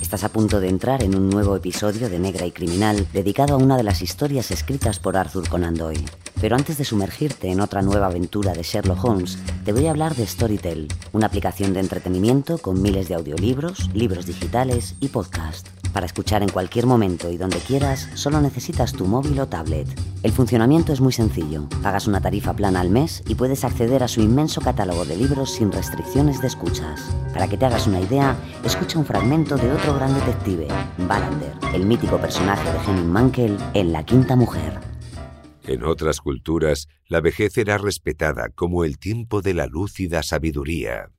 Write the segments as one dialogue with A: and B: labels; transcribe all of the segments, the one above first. A: Estás a punto de entrar en un nuevo episodio de Negra y Criminal dedicado a una de las historias escritas por Arthur Conan Doyle. Pero antes de sumergirte en otra nueva aventura de Sherlock Holmes, te voy a hablar de Storytel, una aplicación de entretenimiento con miles de audiolibros, libros digitales y podcasts. Para escuchar en cualquier momento y donde quieras, solo necesitas tu móvil o tablet. El funcionamiento es muy sencillo. Pagas una tarifa plana al mes y puedes acceder a su inmenso catálogo de libros sin restricciones de escuchas. Para que te hagas una idea, escucha un fragmento de otro gran detective, Ballander, el mítico personaje de Henning Mankell en La Quinta Mujer.
B: En otras culturas, la vejez era respetada como el tiempo de la lúcida sabiduría.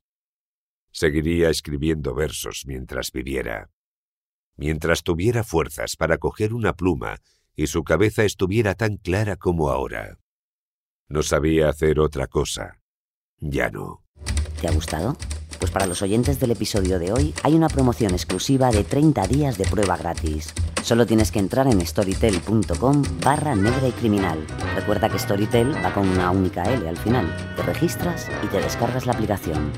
B: Seguiría escribiendo versos mientras viviera mientras tuviera fuerzas para coger una pluma y su cabeza estuviera tan clara como ahora. No sabía hacer otra cosa. Ya no.
A: ¿Te ha gustado? Pues para los oyentes del episodio de hoy hay una promoción exclusiva de 30 días de prueba gratis. Solo tienes que entrar en storytel.com barra negra y criminal. Recuerda que Storytel va con una única L al final. Te registras y te descargas la aplicación.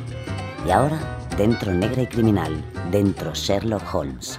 A: Y ahora, dentro negra y criminal, dentro Sherlock Holmes.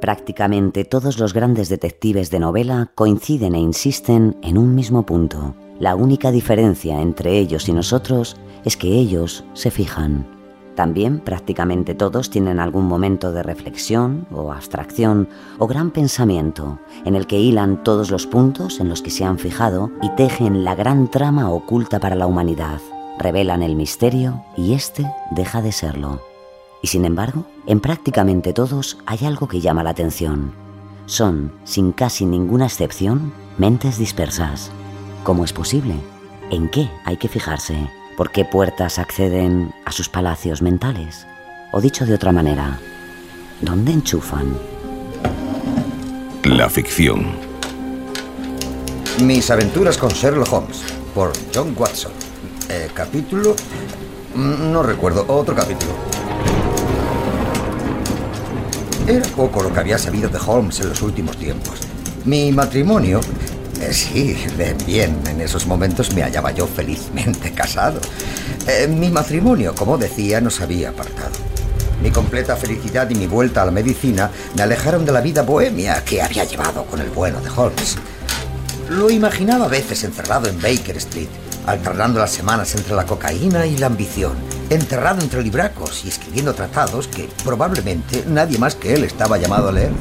A: Prácticamente todos los grandes detectives de novela coinciden e insisten en un mismo punto. La única diferencia entre ellos y nosotros es que ellos se fijan. También prácticamente todos tienen algún momento de reflexión o abstracción o gran pensamiento en el que hilan todos los puntos en los que se han fijado y tejen la gran trama oculta para la humanidad. Revelan el misterio y este deja de serlo. Y sin embargo, en prácticamente todos hay algo que llama la atención. Son, sin casi ninguna excepción, mentes dispersas. ¿Cómo es posible? ¿En qué hay que fijarse? ¿Por qué puertas acceden a sus palacios mentales? O dicho de otra manera, ¿dónde enchufan?
C: La ficción.
D: Mis aventuras con Sherlock Holmes, por John Watson. Eh, capítulo... mm, No recuerdo, otro capítulo. Era poco lo que había sabido de Holmes en los últimos tiempos. Mi matrimonio... eh, sí, eh, bien, en esos momentos me hallaba yo felizmente casado. Eh, mi matrimonio, como decía, nos había apartado. Mi completa felicidad y mi vuelta a la medicina me alejaron de la vida bohemia que había llevado con el bueno de Holmes. Lo imaginaba a veces encerrado en Baker Street, alternando las semanas entre la cocaína y la ambición, enterrado entre libracos y escribiendo tratados que probablemente nadie más que él estaba llamado a leer.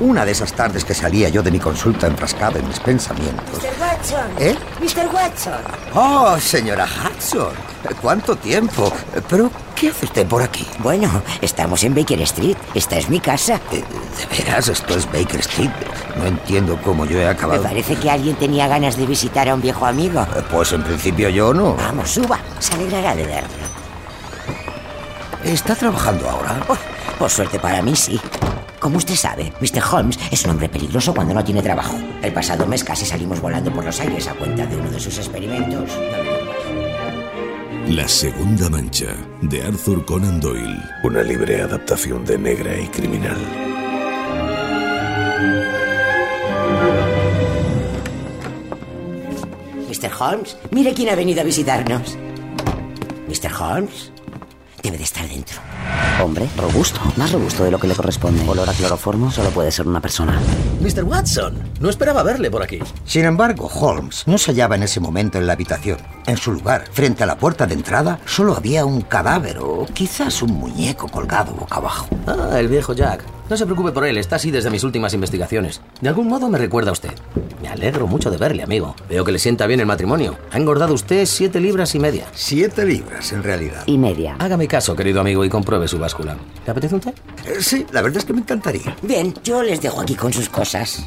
D: Una de esas tardes que salía yo de mi consulta enfrascado en mis pensamientos.
E: Mr. Watson.
D: ¿Eh?
E: Mr. Watson.
D: ¡Oh, señora Hudson! ¿Cuánto tiempo? ¿Pero qué hace usted por aquí?
F: Bueno, estamos en Baker Street. Esta es mi casa.
D: Eh, De veras, esto es Baker Street. No entiendo cómo yo he
F: Me
D: acabado.
F: parece que alguien tenía ganas de visitar a un viejo amigo.
D: Eh, Pues en principio yo no.
F: Vamos, suba. Se alegrará de verlo.
D: ¿Está trabajando ahora?
F: Oh, por suerte para mí, sí. Como usted sabe, Mr. Holmes es un hombre peligroso cuando no tiene trabajo. El pasado mes casi salimos volando por los aires a cuenta de uno de sus experimentos.
C: La segunda mancha de Arthur Conan Doyle. Una libre adaptación de Negra y criminal.
F: Mr. Holmes, mire quién ha venido a visitarnos. Mr. Holmes, debe de estar dentro.
A: Hombre, robusto, más robusto de lo que le corresponde. Olor a cloroformo solo puede ser una persona.
G: Mr. Watson, no esperaba verle por aquí.
D: Sin embargo, Holmes no se hallaba en ese momento en la habitación. En su lugar, frente a la puerta de entrada, solo había un cadáver o quizás un muñeco colgado boca abajo.
G: Ah, el viejo Jack. No se preocupe por él, está así desde mis últimas investigaciones. De algún modo me recuerda a usted. Me alegro mucho de verle, amigo. Veo que le sienta bien el matrimonio. Ha engordado usted siete libras y media.
D: Siete libras, en realidad.
A: y media.
G: Hágame caso, querido amigo, y compruebe su báscula. ¿Le apetece un té?
D: Eh, Sí, la verdad es que me encantaría.
F: Bien, yo les dejo aquí con sus cosas.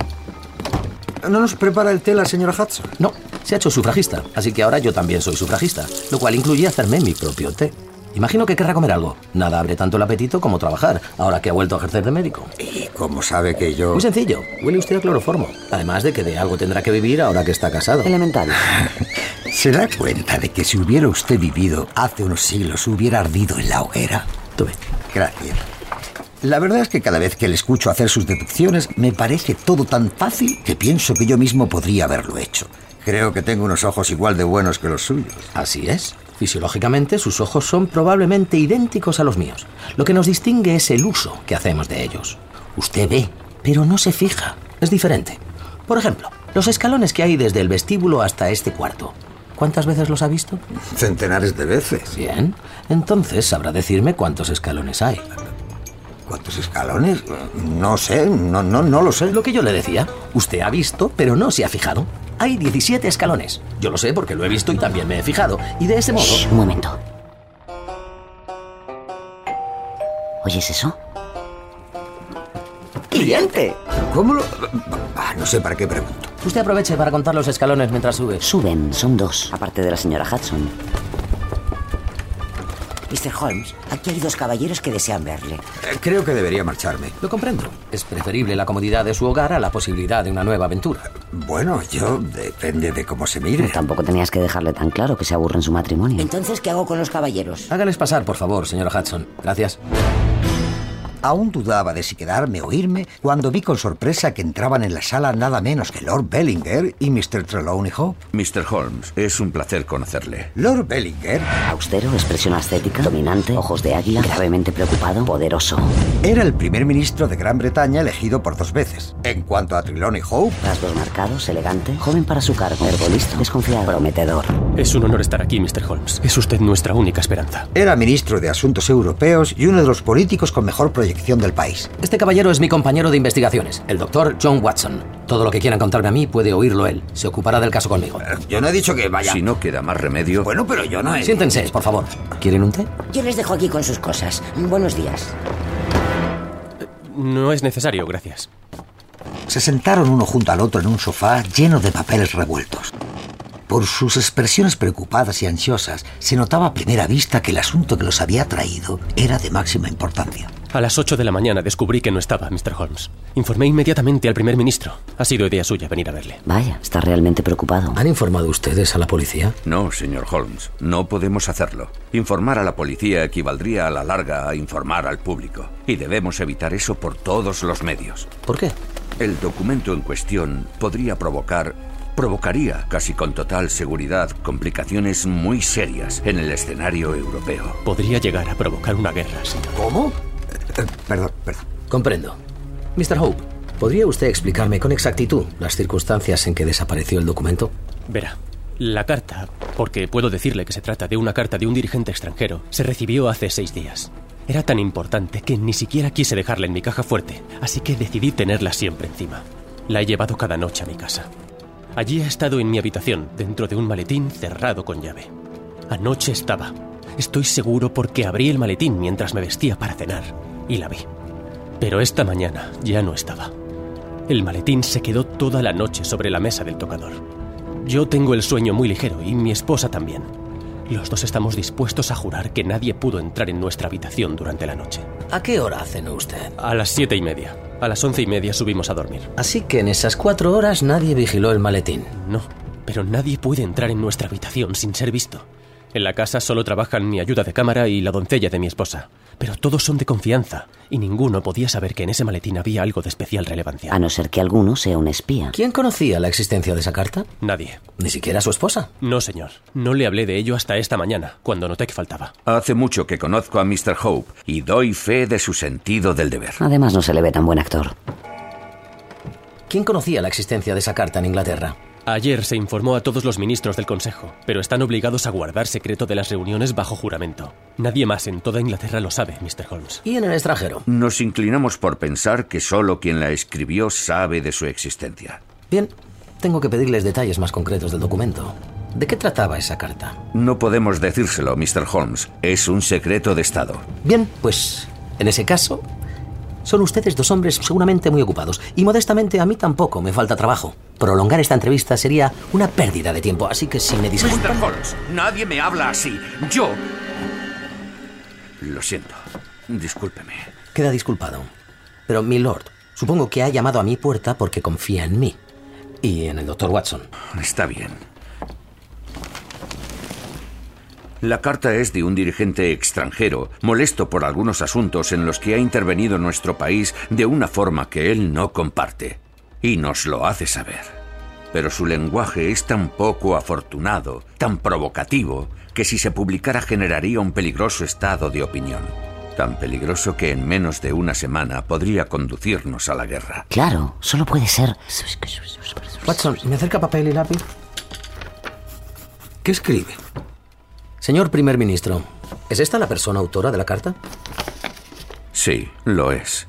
D: ¿No nos prepara el té la señora Hudson?
G: No, se ha hecho sufragista, así que ahora yo también soy sufragista, lo cual incluye hacerme mi propio té. Imagino que querrá comer algo. Nada abre tanto el apetito como trabajar, ahora que ha vuelto a ejercer de médico.
D: ¿Y Eh, cómo sabe que yo...?
G: Muy sencillo, huele usted a cloroformo. Además de que de algo tendrá que vivir ahora que está casado.
A: Elemental.
D: ¿Se da cuenta de que si hubiera usted vivido hace unos siglos hubiera ardido en la hoguera?
G: Tú ve.
D: Gracias. La verdad es que cada vez que le escucho hacer sus deducciones me parece todo tan fácil que pienso que yo mismo podría haberlo hecho. Creo que tengo unos ojos igual de buenos que los suyos.
G: Así es. Fisiológicamente sus ojos son probablemente idénticos a los míos. Lo que nos distingue es el uso que hacemos de ellos. Usted ve, pero no se fija. Es diferente. Por ejemplo, los escalones que hay desde el vestíbulo hasta este cuarto. ¿Cuántas veces los ha visto?
D: Centenares de veces.
G: Bien. Entonces sabrá decirme cuántos escalones hay.
D: ¿Cuántos escalones? No sé, no, no, no lo sé.
G: Lo que yo le decía, usted ha visto, pero no se ha fijado. Hay 17 escalones. Yo lo sé porque lo he visto y también me he fijado. Y de ese modo...
A: Shh, un momento. ¿Oyes eso?
G: ¡Cliente!
D: ¿Cómo lo...? Ah, no sé para qué pregunto.
G: Usted aproveche para contar los escalones mientras sube.
A: Suben, son dos, aparte de la señora Hudson.
F: Mr. Holmes, aquí hay dos caballeros que desean verle.
D: Eh, Creo que debería marcharme.
G: Lo comprendo. Es preferible la comodidad de su hogar a la posibilidad de una nueva aventura.
D: Bueno, yo depende de cómo se mire.
A: Tampoco tenías que dejarle tan claro que se aburre en su matrimonio.
F: Entonces, ¿qué hago con los caballeros?
G: Hágales pasar, por favor, señora Hudson. Gracias.
D: Aún dudaba de si quedarme o irme cuando vi con sorpresa que entraban en la sala nada menos que Lord Bellinger y Mr. Trelawney Hope.
E: Mr. Holmes, es un placer conocerle.
D: Lord Bellinger
A: Austero, expresión ascética, dominante, ojos de águila, gravemente preocupado, poderoso.
D: era el primer ministro de Gran Bretaña elegido por dos veces. En cuanto a Trelawney Hope,
A: Rasgos marcados, elegante, joven para su cargo, herbolista, desconfiado, prometedor.
H: Es un honor estar aquí, Mr. Holmes. Es usted nuestra única esperanza.
D: era ministro de Asuntos Europeos y uno de los políticos con mejor proyección del país.
G: Este caballero es mi compañero de investigaciones, el doctor John Watson. Todo lo que quieran contarme a mí puede oírlo él. Se ocupará del caso conmigo.
D: Yo no he dicho que vaya.
E: Si no queda más remedio,
D: Bueno, pero yo no he...
G: Siéntense, por favor. ¿Quieren un té?
F: Yo les dejo aquí con sus cosas. Buenos días.
H: No es necesario, gracias.
D: Se sentaron uno junto al otro en un sofá lleno de papeles revueltos. Por sus expresiones preocupadas y ansiosas, se notaba a primera vista que el asunto que los había traído era de máxima importancia.
H: A las 8 de la mañana descubrí que no estaba, Mr. Holmes. Informé inmediatamente al primer ministro. Ha sido idea suya venir a verle.
A: Vaya, está realmente preocupado.
G: ¿Han informado ustedes a la policía?
E: no, señor Holmes, no podemos hacerlo. Informar a la policía equivaldría a la larga a informar al público, y debemos evitar eso por todos los medios.
G: ¿Por qué?
E: El documento en cuestión podría provocar, provocaría casi con total seguridad, complicaciones muy serias en el escenario europeo.
H: Podría llegar a provocar una guerra, señor.
D: ¿Cómo? Perdón, perdón.
G: Comprendo. Mr. Hope, ¿podría usted explicarme con exactitud las circunstancias en que desapareció el documento?
H: Verá, la carta, porque puedo decirle que se trata de una carta de un dirigente extranjero, se recibió hace seis días. Era tan importante que ni siquiera quise dejarla en mi caja fuerte, así que decidí tenerla siempre encima. La he llevado cada noche a mi casa. Allí ha estado en mi habitación, dentro de un maletín cerrado con llave. Anoche estaba. Estoy seguro porque abrí el maletín mientras me vestía para cenar y la vi. Pero esta mañana ya no estaba. El maletín se quedó toda la noche sobre la mesa del tocador. Yo tengo el sueño muy ligero y mi esposa también. Los dos estamos dispuestos a jurar que nadie pudo entrar en nuestra habitación durante la noche.
G: ¿A qué hora cenó usted?
H: A las siete y media. A las once y media subimos a dormir.
G: Así que en esas cuatro horas nadie vigiló el maletín.
H: No, pero nadie puede entrar en nuestra habitación sin ser visto. En la casa solo trabajan mi ayuda de cámara y la doncella de mi esposa. Pero todos son de confianza y ninguno podía saber que en ese maletín había algo de especial
A: A
H: relevancia.
A: no ser que alguno sea un espía.
G: ¿Quién conocía la existencia de esa carta?
H: Nadie.
G: Ni siquiera su esposa.
H: No, señor. No le hablé de ello hasta esta mañana, cuando noté que faltaba.
E: Hace mucho que conozco a Mr. Hope y doy fe de su sentido del deber.
A: Además, no se le ve tan buen actor.
G: ¿Quién conocía la existencia de esa carta en Inglaterra?
H: Ayer se informó a todos los ministros del Consejo, pero están obligados a guardar secreto de las reuniones bajo juramento. Nadie más en toda Inglaterra lo sabe, Mr. Holmes.
G: ¿Y en el extranjero?
E: Nos inclinamos por pensar que solo quien la escribió sabe de su existencia.
G: Bien, Tengo que pedirles detalles más concretos del documento. ¿De qué trataba esa carta?
E: No podemos decírselo, Mr. Holmes. Es un secreto de Estado.
G: Bien, pues en ese caso, son ustedes dos hombres seguramente muy ocupados. Y modestamente a mí tampoco me falta trabajo. Prolongar esta entrevista sería una pérdida de tiempo, así que si me
E: Mr.
G: disculpan...
E: Holmes, nadie me habla así. Yo... Lo siento. Discúlpeme.
G: Queda disculpado. Pero, mi lord, supongo que ha llamado a mi puerta porque confía en mí. Y en el doctor Watson.
E: Está bien. La carta es de un dirigente extranjero, molesto por algunos asuntos en los que ha intervenido nuestro país de una forma que él no comparte, y nos lo hace saber. Pero su lenguaje es tan poco afortunado, tan provocativo, que si se publicara generaría un peligroso estado de opinión. Tan peligroso que en menos de una semana podría conducirnos a la guerra.
A: Claro, solo puede ser...
G: Watson, ¿me acerca papel y lápiz? ¿Qué escribe? Señor primer ministro, ¿es esta la persona autora de la carta?
E: Sí, lo es.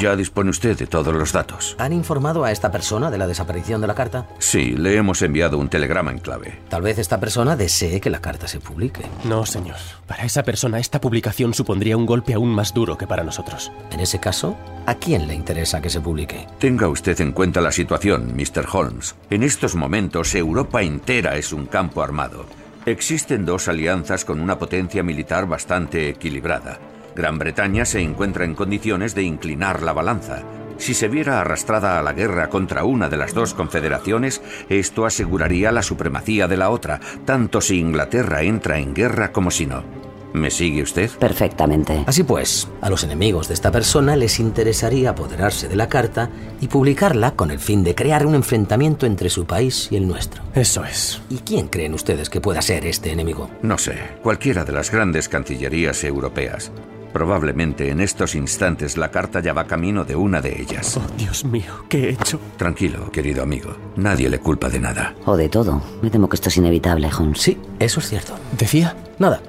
E: Ya dispone usted de todos los datos.
G: ¿Han informado a esta persona de la desaparición de la carta?
E: Sí, le hemos enviado un telegrama en clave.
G: Tal vez esta persona desee que la carta se publique.
H: No, señor. Para esa persona esta publicación supondría un golpe aún más duro que para nosotros.
G: En ese caso, ¿a quién le interesa que se publique?
E: Tenga usted en cuenta la situación, Mr. Holmes. En estos momentos, Europa entera es un campo armado. Existen dos alianzas con una potencia militar bastante equilibrada. Gran Bretaña se encuentra en condiciones de inclinar la balanza. Si se viera arrastrada a la guerra contra una de las dos confederaciones, esto aseguraría la supremacía de la otra, tanto si Inglaterra entra en guerra como si no. ¿Me sigue usted?
A: Perfectamente.
G: Así pues, a los enemigos de esta persona les interesaría apoderarse de la carta y publicarla con el fin de crear un enfrentamiento entre su país y el nuestro.
H: Eso es.
G: ¿Y quién creen ustedes que pueda ser este enemigo?
E: No sé, cualquiera de las grandes cancillerías europeas. Probablemente en estos instantes la carta ya va camino de una de ellas.
H: Oh, Dios mío, ¿qué he hecho?
E: Tranquilo, querido amigo. Nadie le culpa de nada.
A: O de todo. Me temo que esto es inevitable, Holmes.
G: Sí, eso es cierto.
H: ¿Decía?
G: Nada.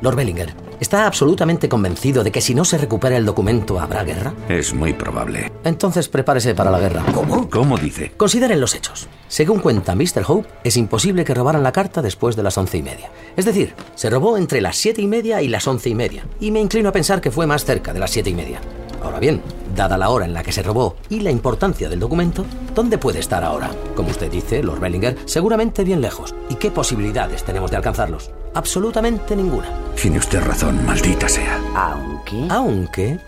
G: Lord Bellinger, ¿está absolutamente convencido de que si no se recupera el documento habrá guerra?
E: Es muy probable.
G: Entonces prepárese para la guerra.
E: ¿Cómo? ¿Cómo dice?
G: Consideren los hechos. Según cuenta Mr. Hope, es imposible que robaran la carta después de las once y media. Es decir, se robó entre las siete y media y las once y media. Y me inclino a pensar que fue más cerca de las siete y media. Ahora bien, dada la hora en la que se robó y la importancia del documento, ¿dónde puede estar ahora? Como usted dice, Lord Bellinger, seguramente bien lejos. ¿Y qué posibilidades tenemos de alcanzarlos? Absolutamente ninguna.
E: Tiene usted razón, maldita sea.
A: Aunque...
G: Aunque...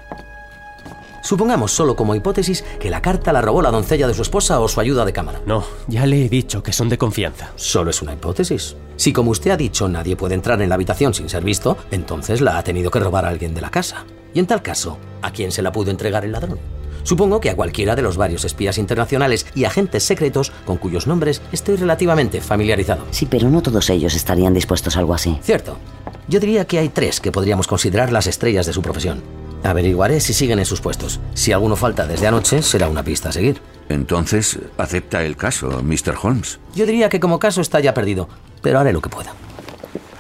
G: Supongamos solo como hipótesis que la carta la robó la doncella de su esposa o su ayuda de cámara.
H: No, ya le he dicho que son de confianza.
G: Solo es una hipótesis. Si como usted ha dicho nadie puede entrar en la habitación sin ser visto, entonces la ha tenido que robar alguien de la casa. Y en tal caso, ¿a quién se la pudo entregar el ladrón? Supongo que a cualquiera de los varios espías internacionales y agentes secretos con cuyos nombres estoy relativamente familiarizado.
A: Sí, pero no todos ellos estarían dispuestos a algo así.
G: Cierto. Yo diría que hay tres que podríamos considerar las estrellas de su profesión. Averiguaré si siguen en sus puestos. Si alguno falta desde anoche, será una pista a seguir.
E: Entonces, acepta el caso, Mr. Holmes.
G: Yo diría que como caso está ya perdido, pero haré lo que pueda.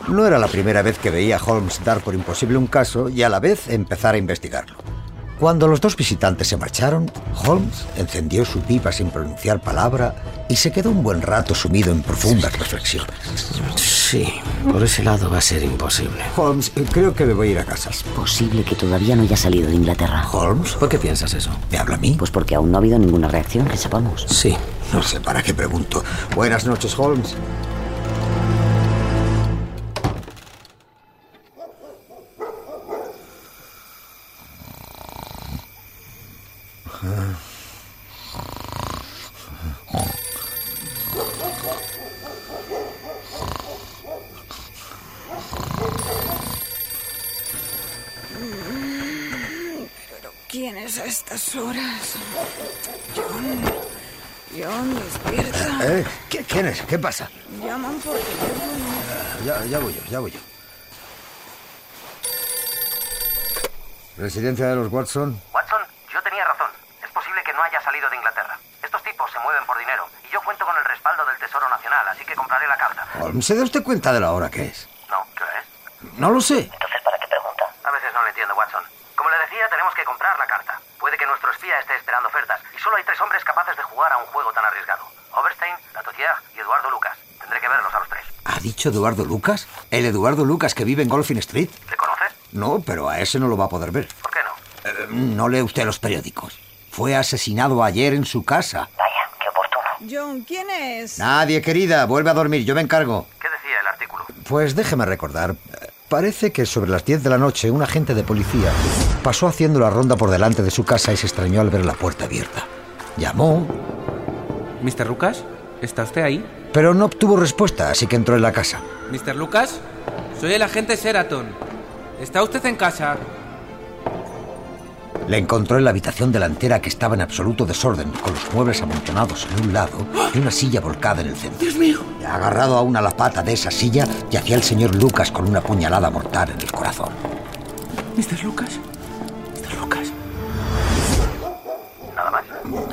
D: No era la primera vez que veía a Holmes dar por imposible un caso y a la vez empezar a investigarlo. Cuando los dos visitantes se marcharon, Holmes encendió su pipa sin pronunciar palabra y se quedó un buen rato sumido en profundas reflexiones.
G: Sí, por ese lado va a ser imposible.
D: Holmes, eh, creo que me voy a ir a casa.
A: Posible que todavía no haya salido de Inglaterra.
D: Holmes,
G: ¿Por qué piensas eso?
D: ¿me habla a mí?
A: Pues porque aún no ha habido ninguna reacción que sepamos.
G: Sí.
D: No sé para qué pregunto. Buenas noches, Holmes.
I: ¿Quién es a estas horas? John. John, despierta.
D: ¿Eh? ¿Qui- ¿Quién es? ¿Qué pasa?
I: Llaman por teléfono.
D: Ya, ya voy yo, ya voy yo. Residencia de los Watson.
J: Watson, yo tenía razón. Es posible que no haya salido de Inglaterra. Estos tipos se mueven por dinero y yo cuento con el respaldo del Tesoro Nacional, así que compraré la carta.
D: Holmes, ¿se da usted cuenta de la hora que es?
J: No, ¿qué es?
D: No lo sé.
J: Entonces, ¿para qué pregunta? A veces no lo entiendo, Watson. Como le decía, tenemos que comprar la carta. Puede que nuestro espía esté esperando ofertas y solo hay tres hombres capaces de jugar a un juego tan arriesgado. Overstein, Latocia y Eduardo Lucas. Tendré que verlos a los tres.
D: ¿Ha dicho Eduardo Lucas? ¿El Eduardo Lucas que vive en Golfing Street?
J: ¿Le conoces?
D: No, pero a ese no lo va a poder ver.
J: ¿Por qué no?
D: Eh, no lee usted los periódicos. Fue asesinado ayer en su casa.
I: Vaya, qué oportuno. John, ¿quién es?
D: Nadie, querida, vuelve a dormir, yo me encargo.
J: ¿Qué decía el artículo?
D: Pues déjeme recordar. eh, Parece que sobre las 10 de la noche un agente de policía pasó haciendo la ronda por delante de su casa y se extrañó al ver la puerta abierta. Llamó,
K: ¿Mr. Lucas? ¿Está usted ahí?
D: pero no obtuvo respuesta, así que entró en la casa.
K: ¿Mr. Lucas? Soy el agente Sheraton. ¿Está usted en casa?
D: Le encontró en la habitación delantera que estaba en absoluto desorden, con los muebles amontonados en un lado y una silla volcada en el centro. ¡Dios mío! Agarrado aún a la pata de esa silla, yacía el señor Lucas con una puñalada mortal en el corazón.
K: ¿Mr. Lucas? ¿Mr. Lucas?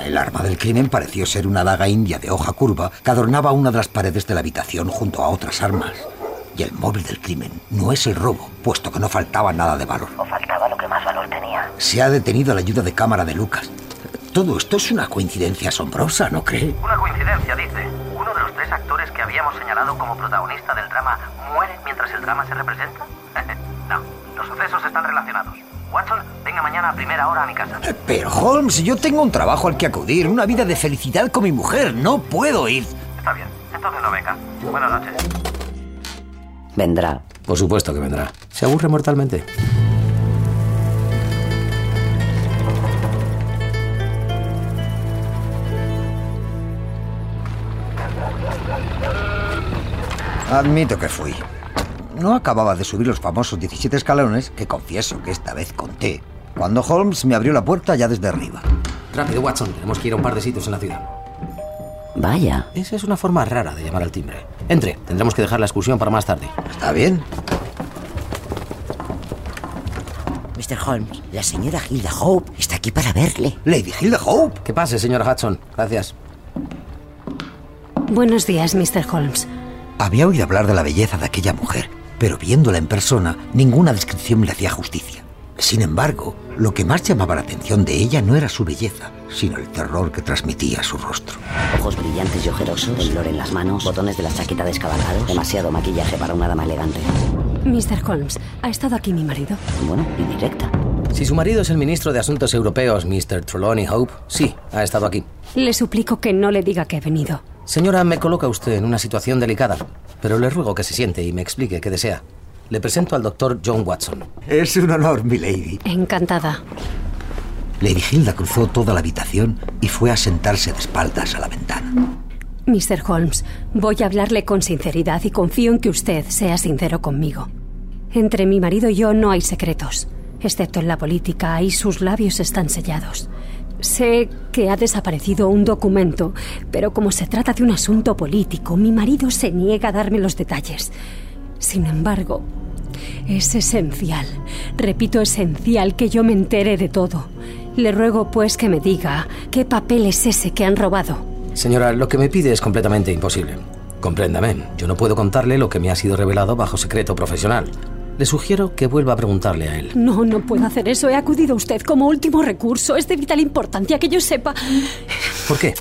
D: El arma del crimen pareció ser una daga india de hoja curva que adornaba una de las paredes de la habitación junto a otras armas. Y el móvil del crimen no es el robo, puesto que no faltaba nada de valor.
I: O faltaba lo que más valor tenía.
D: Se ha detenido la ayuda de cámara de Lucas. Todo esto es una coincidencia asombrosa, ¿no cree?
J: Una coincidencia, dice. Uno de los tres actores que habíamos señalado como protagonista del drama muere mientras el drama se representa. no, los sucesos están relacionados. Watson, venga mañana a primera hora a mi casa.
D: Pero Holmes, yo tengo un trabajo al que acudir, una vida de felicidad con mi mujer. No puedo ir.
J: Está bien, entonces no venga. Buenas noches.
A: Vendrá.
G: Por supuesto que vendrá. Se aburre mortalmente.
D: Admito que fui. No acababa de subir los famosos 17 escalones, que confieso que esta vez conté, cuando Holmes me abrió la puerta ya desde arriba.
G: Rápido, Watson. Tenemos que ir a un par de sitios en la ciudad.
A: Vaya.
G: Esa es una forma rara de llamar al timbre. Entre, tendremos que dejar la excursión para más tarde.
D: Está bien.
F: Mr. Holmes, la señora Hilda Hope está aquí para verle.
D: Lady Hilda Hope.
G: Que pase, señora Hudson. Gracias.
L: Buenos días, Mr. Holmes.
D: Había oído hablar de la belleza de aquella mujer, pero viéndola en persona, ninguna descripción le hacía justicia. Sin embargo, lo que más llamaba la atención de ella no era su belleza, sino el terror que transmitía su rostro.
A: Ojos brillantes y ojerosos, temblor en las manos, botones de la chaqueta descabalgados, demasiado maquillaje para una dama elegante.
L: Mr. Holmes, ¿ha estado aquí mi marido?
A: Bueno, y directa.
G: Si su marido es el ministro de Asuntos Europeos, Mr. Trelawney Hope, sí, ha estado aquí.
L: Le suplico que no le diga que he venido.
G: Señora, me coloca usted en una situación delicada, pero le ruego que se siente y me explique qué desea. Le presento al doctor John Watson.
D: Es un honor, mi lady.
L: Encantada.
D: Lady Hilda cruzó toda la habitación y fue a sentarse de espaldas a la ventana.
L: Mr. Holmes, voy a hablarle con sinceridad y confío en que usted sea sincero conmigo. Entre mi marido y yo no hay secretos, excepto en la política, y sus labios están sellados. Sé que ha desaparecido un documento, pero como se trata de un asunto político, mi marido se niega a darme los detalles. Sin embargo, es esencial, repito, esencial que yo me entere de todo. Le ruego pues que me diga qué papel es ese que han robado.
G: Señora, lo que me pide es completamente imposible. Compréndame, yo no puedo contarle lo que me ha sido revelado bajo secreto profesional. Le sugiero que vuelva a preguntarle a él.
L: No, no puedo hacer eso. He acudido a usted como último recurso. Es de vital importancia que yo sepa.
G: ¿Por qué?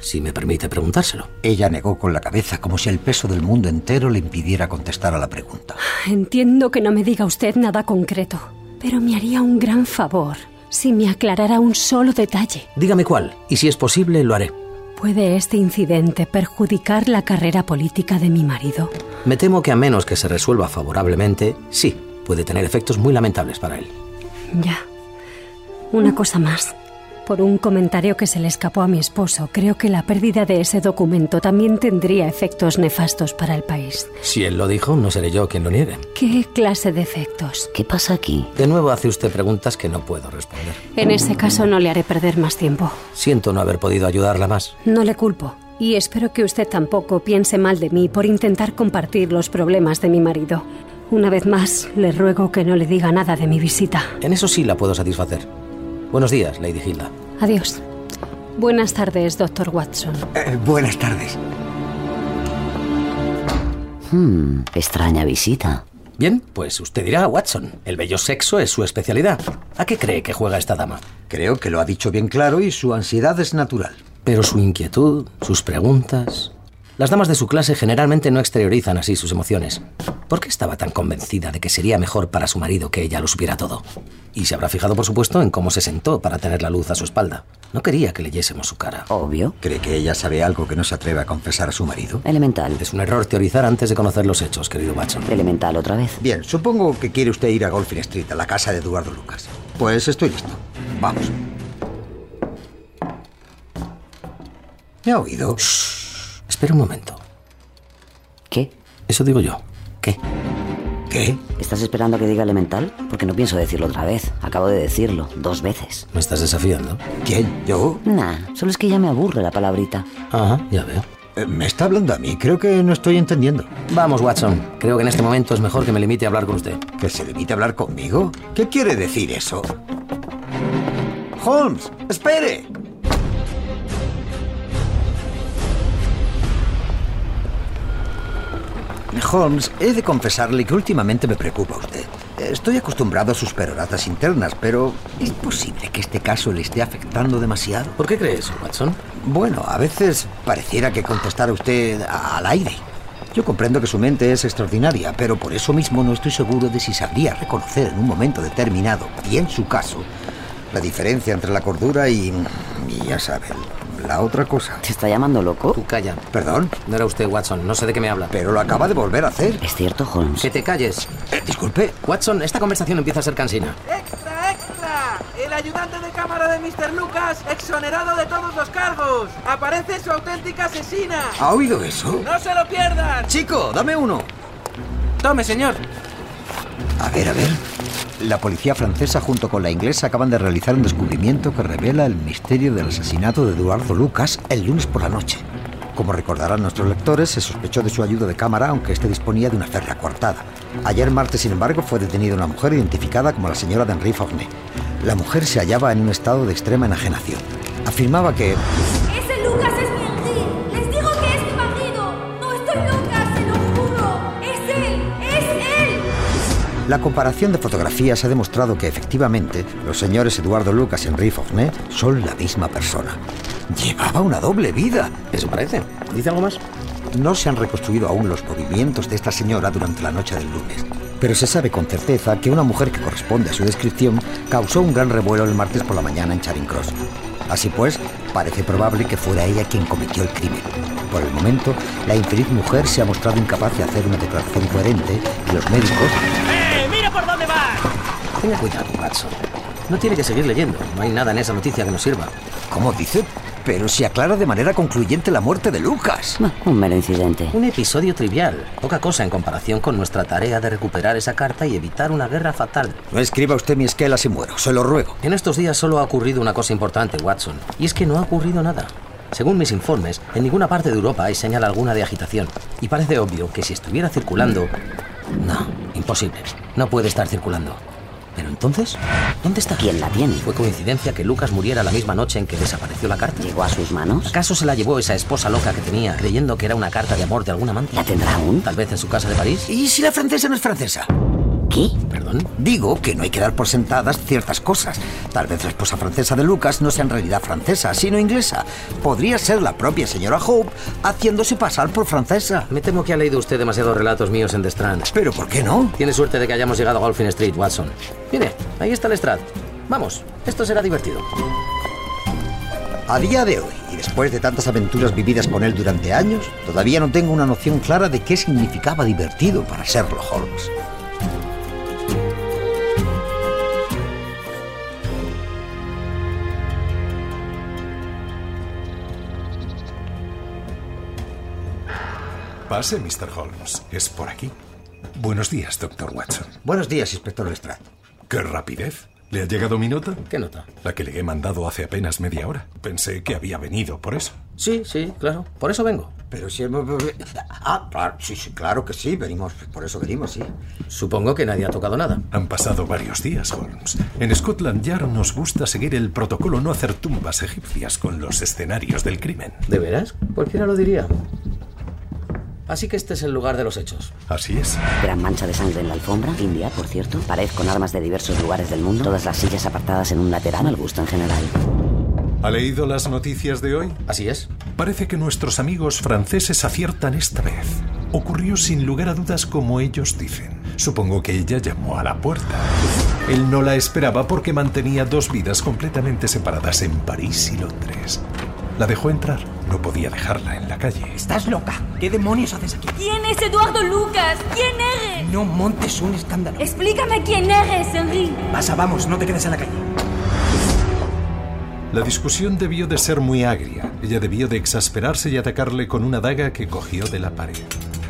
G: Si me permite preguntárselo.
D: Ella negó con la cabeza como si el peso del mundo entero le impidiera contestar a la pregunta.
L: Entiendo que no me diga usted nada concreto, pero me haría un gran favor si me aclarara un solo detalle.
G: Dígame cuál, y si es posible, lo haré.
L: ¿Puede este incidente perjudicar la carrera política de mi marido?
G: Me temo que a menos que se resuelva favorablemente, sí, puede tener efectos muy lamentables para él.
L: Ya. Una cosa más. Por un comentario que se le escapó a mi esposo, creo que la pérdida de ese documento también tendría efectos nefastos para el país.
G: Si él lo dijo, no seré yo quien lo niegue.
L: ¿Qué clase de efectos?
A: ¿Qué pasa aquí?
G: De nuevo hace usted preguntas que no puedo responder.
L: En ese caso no le haré perder más tiempo.
G: Siento no haber podido ayudarla más.
L: No le culpo. Y espero que usted tampoco piense mal de mí por intentar compartir los problemas de mi marido. Una vez más, le ruego que no le diga nada de mi visita.
G: En eso sí la puedo satisfacer. Buenos días, Lady Hilda.
L: Adiós. Buenas tardes, doctor Watson.
D: Eh, buenas tardes.
A: Hmm, extraña visita.
G: Bien, pues usted dirá, Watson, el bello sexo es su especialidad. ¿A qué cree que juega esta dama?
D: Creo que lo ha dicho bien claro y su ansiedad es natural.
G: Pero su inquietud, sus preguntas... Las damas de su clase generalmente no exteriorizan así sus emociones. ¿Por qué estaba tan convencida de que sería mejor para su marido que ella lo supiera todo? Y se habrá fijado, por supuesto, en cómo se sentó para tener la luz a su espalda. No quería que leyésemos su cara.
A: Obvio.
D: ¿Cree que ella sabe algo que no se atreve a confesar a su marido?
A: Elemental.
G: Es un error teorizar antes de conocer los hechos, querido Watson.
A: Elemental otra vez.
D: Bien, supongo que quiere usted ir a Golfin Street, a la casa de Eduardo Lucas. Pues estoy listo. Vamos. ¿Me ha oído?
G: Espera un momento.
A: ¿Qué?
G: Eso digo yo. ¿Qué?
D: ¿Qué?
A: ¿Estás esperando que diga elemental? Porque no pienso decirlo otra vez. Acabo de decirlo dos veces.
G: ¿Me estás desafiando?
D: ¿Quién? ¿Yo?
A: Nah, solo es que ya me aburre la palabrita.
G: Ajá, ya veo.
D: Eh, Me está hablando a mí. Creo que no estoy entendiendo.
G: Vamos, Watson. Creo que en este momento es mejor que me limite a hablar con usted.
D: ¿Que se limite a hablar conmigo? ¿Qué quiere decir eso? Holmes, espere. Holmes, he de confesarle que últimamente me preocupa usted. Estoy acostumbrado a sus peroratas internas, pero es posible que este caso le esté afectando demasiado.
G: ¿Por qué crees, Watson?
D: Bueno, a veces pareciera que contestara usted a- al aire. Yo comprendo que su mente es extraordinaria, pero por eso mismo no estoy seguro de si sabría reconocer en un momento determinado, y en su caso, la diferencia entre la cordura y, y ya saben, la otra cosa.
A: ¿Te está llamando loco?
G: Tú calla.
D: Perdón,
G: No era usted, Watson. No sé de qué me habla.
D: pero lo acaba de volver a hacer.
A: Es cierto, Holmes.
G: Que te calles.
D: Eh, disculpe,
G: Watson, esta conversación empieza a ser cansina.
K: ¡Extra, extra! El ayudante de cámara de Mr. Lucas, exonerado de todos los cargos. Aparece su auténtica asesina.
D: ¿ha oído eso?
K: ¡No se lo pierdan!
D: Chico, dame uno.
K: Tome, señor.
D: A ver, a ver. La policía francesa junto con la inglesa acaban de realizar un descubrimiento que revela el misterio del asesinato de Eduardo Lucas el lunes por la noche. Como recordarán nuestros lectores, se sospechó de su ayuda de cámara, aunque este disponía de una férrea coartada. Ayer martes, sin embargo, fue detenida una mujer identificada como la señora de Henry Forney. La mujer se hallaba en un estado de extrema enajenación. Afirmaba que
M: Ese Lucas es mi Henry. Les digo que es mi marido. No estoy loca, se lo juro. Es él, es él.
D: La comparación de fotografías ha demostrado que efectivamente los señores Eduardo Lucas y Henry Fornet son la misma persona. Llevaba una doble vida.
G: Eso parece. ¿Dice algo más?
D: No se han reconstruido aún los movimientos de esta señora durante la noche del lunes, pero se sabe con certeza que una mujer que corresponde a su descripción causó un gran revuelo el martes por la mañana en Charing Cross. Así pues, parece probable que fuera ella quien cometió el crimen. Por el momento, la infeliz mujer se ha mostrado incapaz de hacer una declaración coherente y los médicos
K: ¡Eh! ¡Mira por dónde vas!
G: Tenga cuidado, Watson. No tiene que seguir leyendo. No hay nada en esa noticia que nos sirva.
D: ¿Cómo dice? Pero si aclara de manera concluyente la muerte de Lucas.
A: Bah, un mero incidente.
G: Un episodio trivial. Poca cosa en comparación con nuestra tarea de recuperar esa carta y evitar una guerra fatal.
D: No escriba usted mi esquela si muero, se lo ruego.
G: En estos días solo ha ocurrido una cosa importante, Watson, y es que no ha ocurrido nada. Según mis informes, en ninguna parte de Europa hay señal alguna de agitación, y parece obvio que si estuviera circulando... No, imposible. No puede estar circulando. Pero entonces, ¿dónde está?
A: ¿Quién la tiene?
G: Fue coincidencia que Lucas muriera la misma noche en que desapareció la carta.
A: ¿Llegó a sus manos?
G: ¿Acaso se la llevó esa esposa loca que tenía, creyendo que era una carta de amor de algún amante?
A: ¿La tendrá aún?
G: Tal vez en su casa de París.
D: ¿Y si la francesa no es francesa?
A: ¿Qué?
G: Perdón.
D: Digo que no hay que dar por sentadas ciertas cosas. Tal vez la esposa francesa de Lucas no sea en realidad francesa, sino inglesa. Podría ser la propia señora Hope haciéndose pasar por francesa.
G: Me temo que ha leído usted demasiados relatos míos en The Strand.
D: Pero ¿por qué no?
G: Tiene suerte de que hayamos llegado a Golfin Street, Watson. Mire, ahí está el Strad. Vamos, esto será divertido.
D: A día de hoy, y después de tantas aventuras vividas con él durante años, todavía no tengo una noción clara de qué significaba divertido para Sherlock Holmes.
C: Pase, Mr. Holmes. Es por aquí. Buenos días, doctor Watson.
D: Buenos días, inspector Lestrade.
C: ¡Qué rapidez! ¿Le ha llegado mi nota?
G: ¿Qué nota?
C: La que le he mandado hace apenas media hora. Pensé que había venido por eso.
G: Sí, sí, claro. Por eso vengo.
D: Pero si hemos... Ah, claro, sí, sí, claro que sí, venimos, por eso venimos, sí.
G: Supongo que nadie ha tocado nada.
C: Han pasado varios días, Holmes. En Scotland Yard nos gusta seguir el protocolo no hacer tumbas egipcias con los escenarios del crimen.
G: ¿De veras? Cualquiera lo diría. Así que este es el lugar de los hechos.
C: Así es.
A: Gran mancha de sangre en la alfombra, India, por cierto. Pared con armas de diversos lugares del mundo. Todas las sillas apartadas en un lateral al gusto en general.
C: ¿Ha leído las noticias de hoy?
G: Así es.
C: Parece que nuestros amigos franceses aciertan esta vez. Ocurrió sin lugar a dudas como ellos dicen. Supongo que ella llamó a la puerta. Él no la esperaba porque mantenía dos vidas completamente separadas en París y Londres. La dejó entrar. No podía dejarla en la calle.
N: ¿Estás loca? ¿Qué demonios haces aquí?
M: ¿Quién es Eduardo Lucas? ¿Quién eres?
N: No montes un escándalo.
M: Explícame quién eres, Henry.
N: Pasa, vamos, no te quedes en la calle.
C: La discusión debió de ser muy agria. Ella debió de exasperarse y atacarle con una daga que cogió de la pared.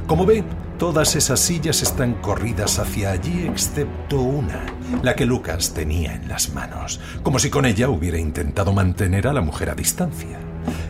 C: Como ven, todas esas sillas están corridas hacia allí excepto una, la que Lucas tenía en las manos, como si con ella hubiera intentado mantener a la mujer a distancia.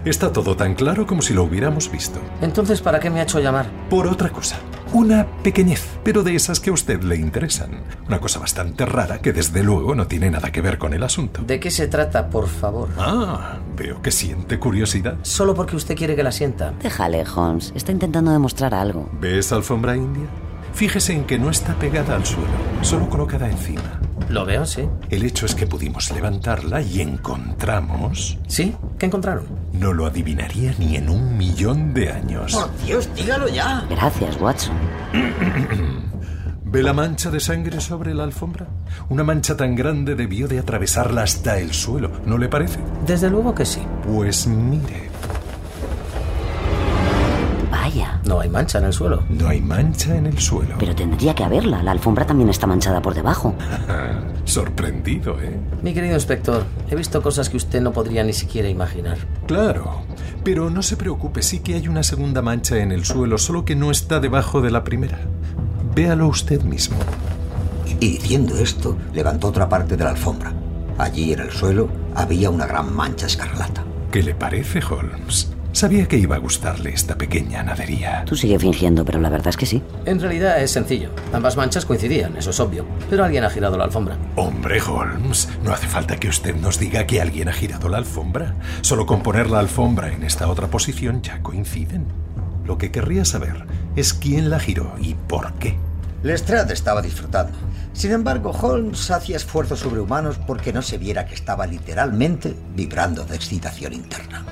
C: Está todo tan claro como si lo hubiéramos visto.
G: Entonces, ¿para qué me ha hecho llamar?
C: Por otra cosa. Una pequeñez, pero de esas que a usted le interesan. Una cosa bastante rara que desde luego no tiene nada que ver con el asunto.
G: ¿De qué se trata, por favor?
C: Ah, veo que siente curiosidad.
G: Solo porque usted quiere que la sienta.
A: Déjale, Holmes. Está intentando demostrar algo.
C: ¿Ves alfombra india? Fíjese en que no está pegada al suelo, solo colocada encima.
G: Lo veo, sí.
C: El hecho es que pudimos levantarla y encontramos...
G: ¿Sí? ¿Qué encontraron?
C: No lo adivinaría ni en un millón de años.
N: Por Dios, dígalo ya.
A: Gracias, Watson.
C: ¿Ve la mancha de sangre sobre la alfombra? Una mancha tan grande debió de atravesarla hasta el suelo, ¿no le parece?
G: Desde luego que sí.
C: Pues mire,
A: Vaya.
G: No hay mancha en el suelo.
C: No hay mancha en el suelo.
A: Pero tendría que haberla. La alfombra también está manchada por debajo.
C: Sorprendido, ¿eh?
G: Mi querido inspector, he visto cosas que usted no podría ni siquiera imaginar.
C: Claro. Pero no se preocupe, sí que hay una segunda mancha en el suelo, solo que no está debajo de la primera. Véalo usted mismo.
D: Y diciendo esto, levantó otra parte de la alfombra. Allí en el suelo había una gran mancha escarlata.
C: ¿Qué le parece, Holmes? Sabía que iba a gustarle esta pequeña nadería.
A: Tú sigue fingiendo, pero la verdad es que sí.
G: En realidad es sencillo. Ambas manchas coincidían, eso es obvio. Pero alguien ha girado la alfombra.
C: Hombre, Holmes, no hace falta que usted nos diga que alguien ha girado la alfombra. Solo con poner la alfombra en esta otra posición ya coinciden. Lo que querría saber es quién la giró y por qué.
D: Lestrade estaba disfrutando. Sin embargo, Holmes hacía esfuerzos sobrehumanos porque no se viera que estaba literalmente vibrando de excitación interna.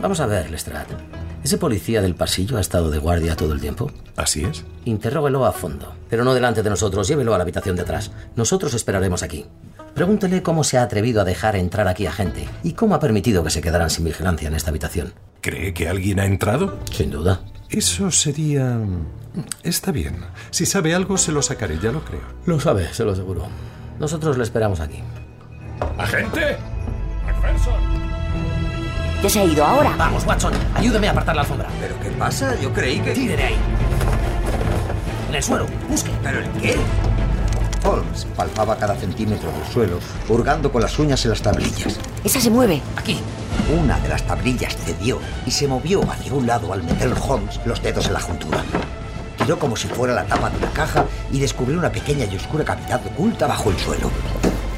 G: Vamos a ver, Lestrade. ¿Ese policía del pasillo ha estado de guardia todo el tiempo?
C: Así es.
G: Interróguelo a fondo, pero no delante de nosotros, llévelo a la habitación de atrás. Nosotros esperaremos aquí. Pregúntele cómo se ha atrevido a dejar entrar aquí a gente y cómo ha permitido que se quedaran sin vigilancia en esta habitación.
C: ¿Cree que alguien ha entrado?
G: Sin duda.
C: Eso sería... Está bien. Si sabe algo, se lo sacaré, ya lo creo.
G: Lo sabe, se lo aseguro. Nosotros le esperamos aquí.
C: ¡Agente! ¡McPherson!
A: ¿Qué se ha ido ahora?
G: Vamos, Watson, ayúdame a apartar la alfombra.
D: ¿Pero qué pasa? Yo creí que.
G: Tírele ahí. En el suelo, busque.
D: ¿Pero el qué? Holmes palpaba cada centímetro del suelo, hurgando con las uñas en las tablillas.
A: Esa se mueve.
G: Aquí.
D: Una de las tablillas cedió y se movió hacia un lado al meter Holmes los dedos en la juntura. Tiró como si fuera la tapa de una caja y descubrió una pequeña y oscura cavidad oculta bajo el suelo.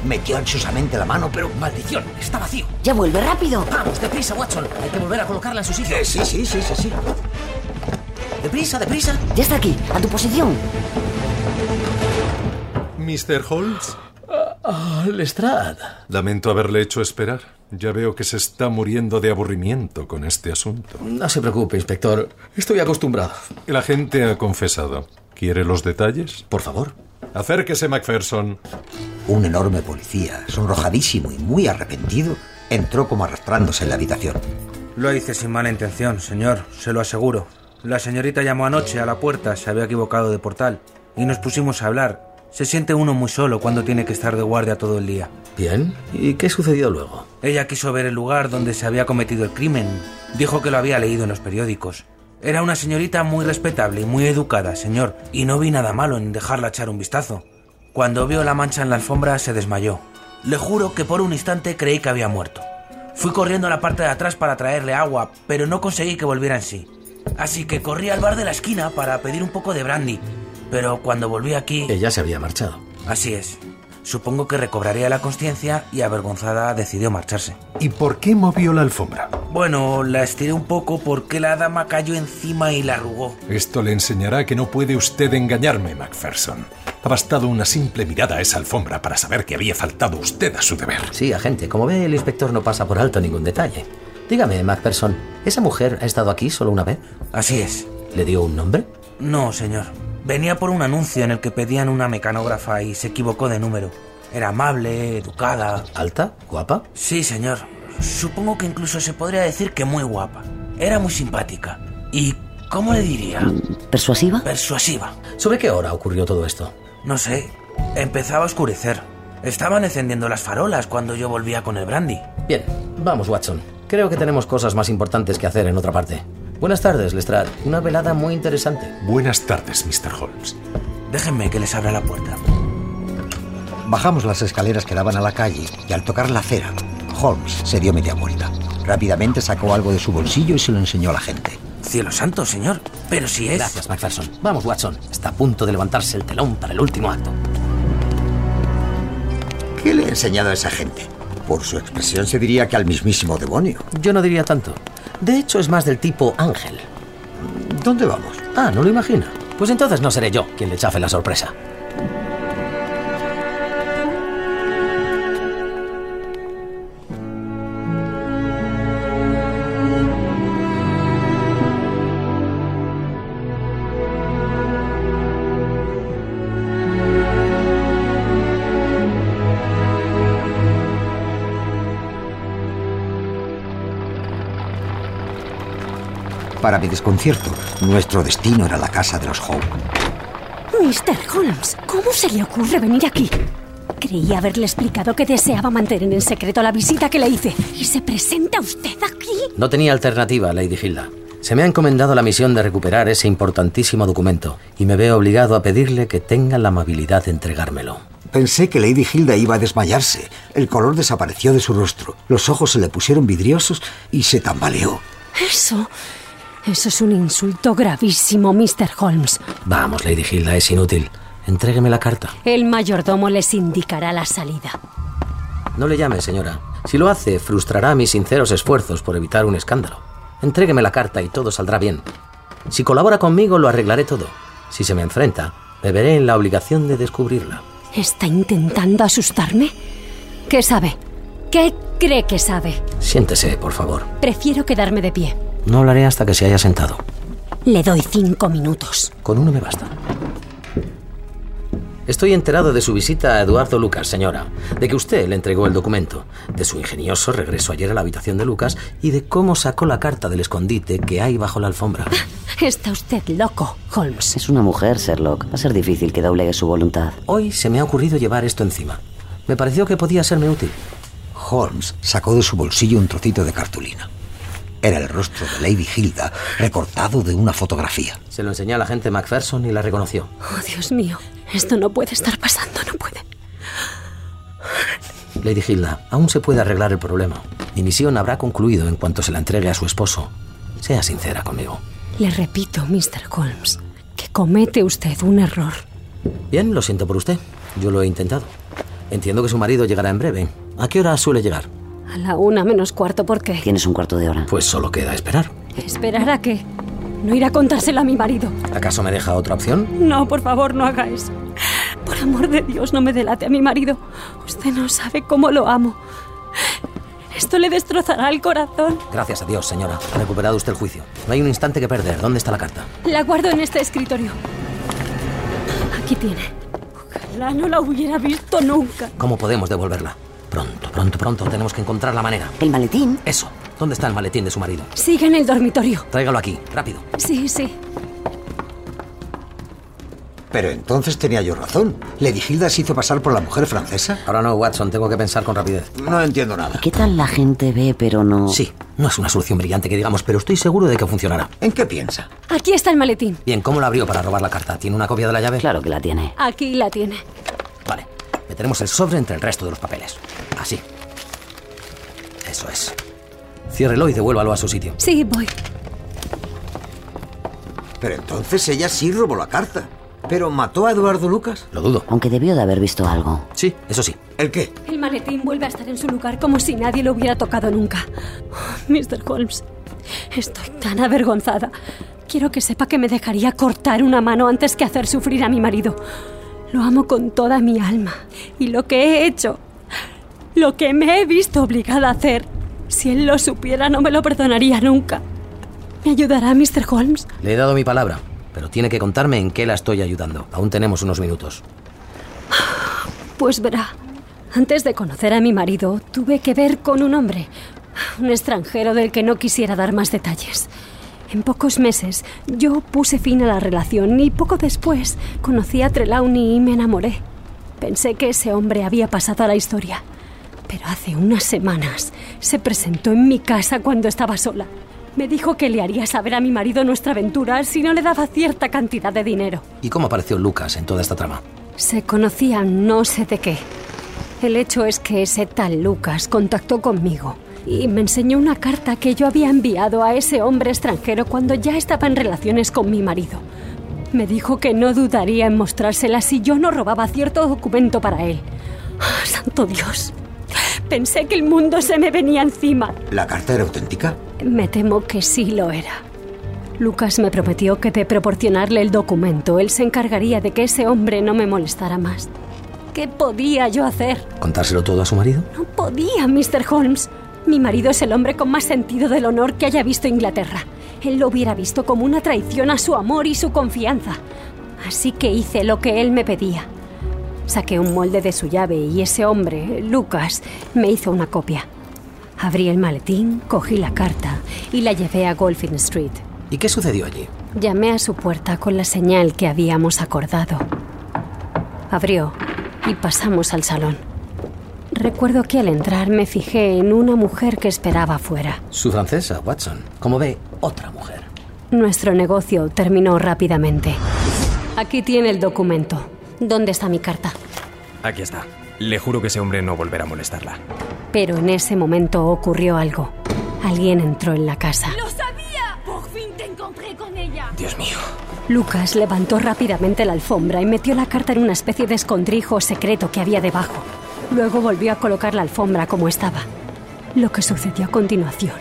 D: Metió ansiosamente la mano, pero
G: ¡Maldición! ¡Está vacío!
A: ¡Ya vuelve rápido!
G: ¡Vamos, deprisa, Watson! Hay que volver a colocarla en su sitio.
D: Sí, sí, sí, sí, sí.
G: ¡Deprisa, deprisa!
A: Ya está aquí, a tu posición.
C: Mr. Holmes,
G: Ah, Lestrade.
C: lamento haberle hecho esperar. Ya veo que se está muriendo de aburrimiento con este asunto.
G: No se preocupe, inspector. Estoy acostumbrado.
C: El agente ha confesado. ¿Quiere los detalles?
G: Por favor.
C: Acérquese, Macpherson.
D: Un enorme policía, sonrojadísimo y muy arrepentido, entró como arrastrándose en la habitación.
O: Lo hice sin mala intención, señor, se lo aseguro. La señorita llamó anoche a la puerta, se había equivocado de portal, y nos pusimos a hablar. Se siente uno muy solo cuando tiene que estar de guardia todo el día.
G: Bien. ¿Y qué sucedió luego?
O: Ella quiso ver el lugar donde se había cometido el crimen. Dijo que lo había leído en los periódicos. Era una señorita muy respetable y muy educada, señor, y no vi nada malo en dejarla echar un vistazo. Cuando vio la mancha en la alfombra se desmayó. Le juro que por un instante creí que había muerto. Fui corriendo a la parte de atrás para traerle agua, pero no conseguí que volviera en sí. Así que corrí al bar de la esquina para pedir un poco de brandy, pero cuando volví aquí...
G: Ella se había marchado.
O: Así es. Supongo que recobraría la conciencia y avergonzada decidió marcharse.
C: ¿Y por qué movió la alfombra?
O: Bueno, la estiré un poco porque la dama cayó encima y la arrugó.
C: Esto le enseñará que no puede usted engañarme, Macpherson. Ha bastado una simple mirada a esa alfombra para saber que había faltado usted a su deber.
G: Sí, agente, como ve, el inspector no pasa por alto ningún detalle. Dígame, Macpherson, ¿esa mujer ha estado aquí solo una vez?
O: Así es.
G: ¿Le dio un nombre?
O: No, señor. Venía por un anuncio en el que pedían una mecanógrafa y se equivocó de número. Era amable, educada.
G: ¿Alta? ¿Guapa?
O: Sí, señor. Supongo que incluso se podría decir que muy guapa. Era muy simpática. ¿Y cómo le diría?
A: ¿Persuasiva?
O: Persuasiva.
G: ¿Sobre qué hora ocurrió todo esto?
O: No sé. Empezaba a oscurecer. Estaban encendiendo las farolas cuando yo volvía con el brandy.
G: Bien, vamos, Watson. Creo que tenemos cosas más importantes que hacer en otra parte. Buenas tardes, Lestrade. Una velada muy interesante.
C: Buenas tardes, Mr. Holmes.
O: Déjenme que les abra la puerta.
D: Bajamos las escaleras que daban a la calle y al tocar la acera, Holmes se dio media vuelta. Rápidamente sacó algo de su bolsillo y se lo enseñó a la gente.
O: Cielo santo, señor. Pero si es...
G: Gracias, Macpherson. Vamos, Watson. Está a punto de levantarse el telón para el último acto.
D: ¿Qué le he enseñado a esa gente? Por su expresión se diría que al mismísimo demonio.
G: Yo no diría tanto. De hecho, es más del tipo ángel.
D: ¿Dónde vamos?
G: Ah, no lo imagino. Pues entonces no seré yo quien le chafe la sorpresa.
D: Para mi desconcierto, nuestro destino era la casa de los Howe.
L: Mr. Holmes, ¿cómo se le ocurre venir aquí? Creí haberle explicado que deseaba mantener en secreto la visita que le hice. ¿Y se presenta usted aquí?
G: No tenía alternativa, Lady Hilda. Se me ha encomendado la misión de recuperar ese importantísimo documento y me veo obligado a pedirle que tenga la amabilidad de entregármelo.
D: Pensé que Lady Hilda iba a desmayarse. El color desapareció de su rostro, los ojos se le pusieron vidriosos y se tambaleó.
L: Eso. Eso es un insulto gravísimo, Mr. Holmes.
G: Vamos, Lady Hilda, es inútil. Entrégueme la carta.
L: El mayordomo les indicará la salida.
G: No le llame, señora. Si lo hace, frustrará mis sinceros esfuerzos por evitar un escándalo. Entrégueme la carta y todo saldrá bien. Si colabora conmigo, lo arreglaré todo. Si se me enfrenta, me veré en la obligación de descubrirla.
L: ¿Está intentando asustarme? ¿Qué sabe? ¿Qué cree que sabe?
G: Siéntese, por favor.
L: Prefiero quedarme de pie.
G: No hablaré hasta que se haya sentado.
L: Le doy cinco minutos.
G: Con uno me basta. Estoy enterado de su visita a Eduardo Lucas, señora, de que usted le entregó el documento, de su ingenioso regreso ayer a la habitación de Lucas y de cómo sacó la carta del escondite que hay bajo la alfombra.
L: Está usted loco, Holmes.
A: Es una mujer, Sherlock. Va a ser difícil que doblegue su voluntad.
G: Hoy se me ha ocurrido llevar esto encima. Me pareció que podía serme útil.
D: Holmes sacó de su bolsillo un trocito de cartulina era el rostro de Lady Hilda, recortado de una fotografía.
G: Se lo enseñó a la gente Macpherson y la reconoció.
L: Oh, Dios mío, esto no puede estar pasando, no puede.
G: Lady Hilda, aún se puede arreglar el problema. Mi misión habrá concluido en cuanto se la entregue a su esposo. Sea sincera conmigo.
L: Le repito, Mr. Holmes, que comete usted un error.
G: Bien, lo siento por usted. Yo lo he intentado. Entiendo que su marido llegará en breve. ¿A qué hora suele llegar?
L: A la una menos cuarto, ¿por qué?
A: Tienes un cuarto de hora.
G: Pues solo queda esperar.
L: ¿Esperar a qué? No irá a contárselo a mi marido.
G: ¿Acaso me deja otra opción?
L: No, por favor, no haga eso. Por amor de Dios, no me delate a mi marido. Usted no sabe cómo lo amo. Esto le destrozará el corazón.
G: Gracias a Dios, señora. Ha recuperado usted el juicio. No hay un instante que perder. ¿Dónde está la carta?
L: La guardo en este escritorio. Aquí tiene. Ojalá no la hubiera visto nunca.
G: ¿Cómo podemos devolverla? Pronto, pronto, pronto. Tenemos que encontrar la manera.
A: ¿El maletín?
G: Eso. ¿Dónde está el maletín de su marido?
L: Sigue en el dormitorio.
G: Tráigalo aquí, rápido.
L: Sí, sí.
D: Pero entonces tenía yo razón. ¿Lady Hilda se hizo pasar por la mujer francesa?
G: Ahora no, Watson. Tengo que pensar con rapidez.
D: No entiendo nada.
A: ¿Qué tal la gente ve, pero no...?
G: Sí, no es una solución brillante que digamos, pero estoy seguro de que funcionará.
D: ¿En qué piensa?
L: Aquí está el maletín.
G: Bien, ¿cómo la abrió para robar la carta? ¿Tiene una copia de la llave?
A: Claro que la tiene.
L: Aquí la tiene.
G: Vale. Meteremos el sobre entre el resto de los papeles. Así. Eso es. Ciérrelo y devuélvalo a su sitio.
L: Sí, voy.
D: Pero entonces ella sí robó la carta. ¿Pero mató a Eduardo Lucas?
G: Lo dudo.
A: Aunque debió de haber visto algo.
G: Sí, eso sí.
D: ¿El qué?
L: El maletín vuelve a estar en su lugar como si nadie lo hubiera tocado nunca. Mr. Holmes, estoy tan avergonzada. Quiero que sepa que me dejaría cortar una mano antes que hacer sufrir a mi marido. Lo amo con toda mi alma. Y lo que he hecho, lo que me he visto obligada a hacer, si él lo supiera no me lo perdonaría nunca. ¿Me ayudará Mr. Holmes?
G: Le he dado mi palabra, pero tiene que contarme en qué la estoy ayudando. Aún tenemos unos minutos.
L: Pues verá, antes de conocer a mi marido, tuve que ver con un hombre, un extranjero del que no quisiera dar más detalles. En pocos meses yo puse fin a la relación y poco después conocí a Trelawney y me enamoré. Pensé que ese hombre había pasado a la historia, pero hace unas semanas se presentó en mi casa cuando estaba sola. Me dijo que le haría saber a mi marido nuestra aventura si no le daba cierta cantidad de dinero.
G: ¿Y cómo apareció Lucas en toda esta trama?
L: Se conocían no sé de qué. El hecho es que ese tal Lucas contactó conmigo y me enseñó una carta que yo había enviado a ese hombre extranjero cuando ya estaba en relaciones con mi marido. Me dijo que no dudaría en mostrársela si yo no robaba cierto documento para él. ¡Ah, ¡Santo Dios! Pensé que el mundo se me venía encima.
D: ¿La carta era auténtica?
L: Me temo que sí lo era. Lucas me prometió que de proporcionarle el documento, él se encargaría de que ese hombre no me molestara más. ¿Qué podía yo hacer?
G: ¿Contárselo todo a su marido?
L: No podía, Mr. Holmes. Mi marido es el hombre con más sentido del honor que haya visto Inglaterra. Él lo hubiera visto como una traición a su amor y su confianza. Así que hice lo que él me pedía. Saqué un molde de su llave y ese hombre, Lucas, me hizo una copia. Abrí el maletín, cogí la carta y la llevé a Golfin Street.
G: ¿Y qué sucedió allí?
L: Llamé a su puerta con la señal que habíamos acordado. Abrió y pasamos al salón. Recuerdo que al entrar me fijé en una mujer que esperaba fuera.
G: Su francesa, Watson. Como ve, otra mujer.
L: Nuestro negocio terminó rápidamente. Aquí tiene el documento. ¿Dónde está mi carta?
P: Aquí está. Le juro que ese hombre no volverá a molestarla.
L: Pero en ese momento ocurrió algo. Alguien entró en la casa.
M: ¡Lo sabía! ¡Por fin te encontré con ella!
P: Dios mío.
L: Lucas levantó rápidamente la alfombra y metió la carta en una especie de escondrijo secreto que había debajo. Luego volvió a colocar la alfombra como estaba. Lo que sucedió a continuación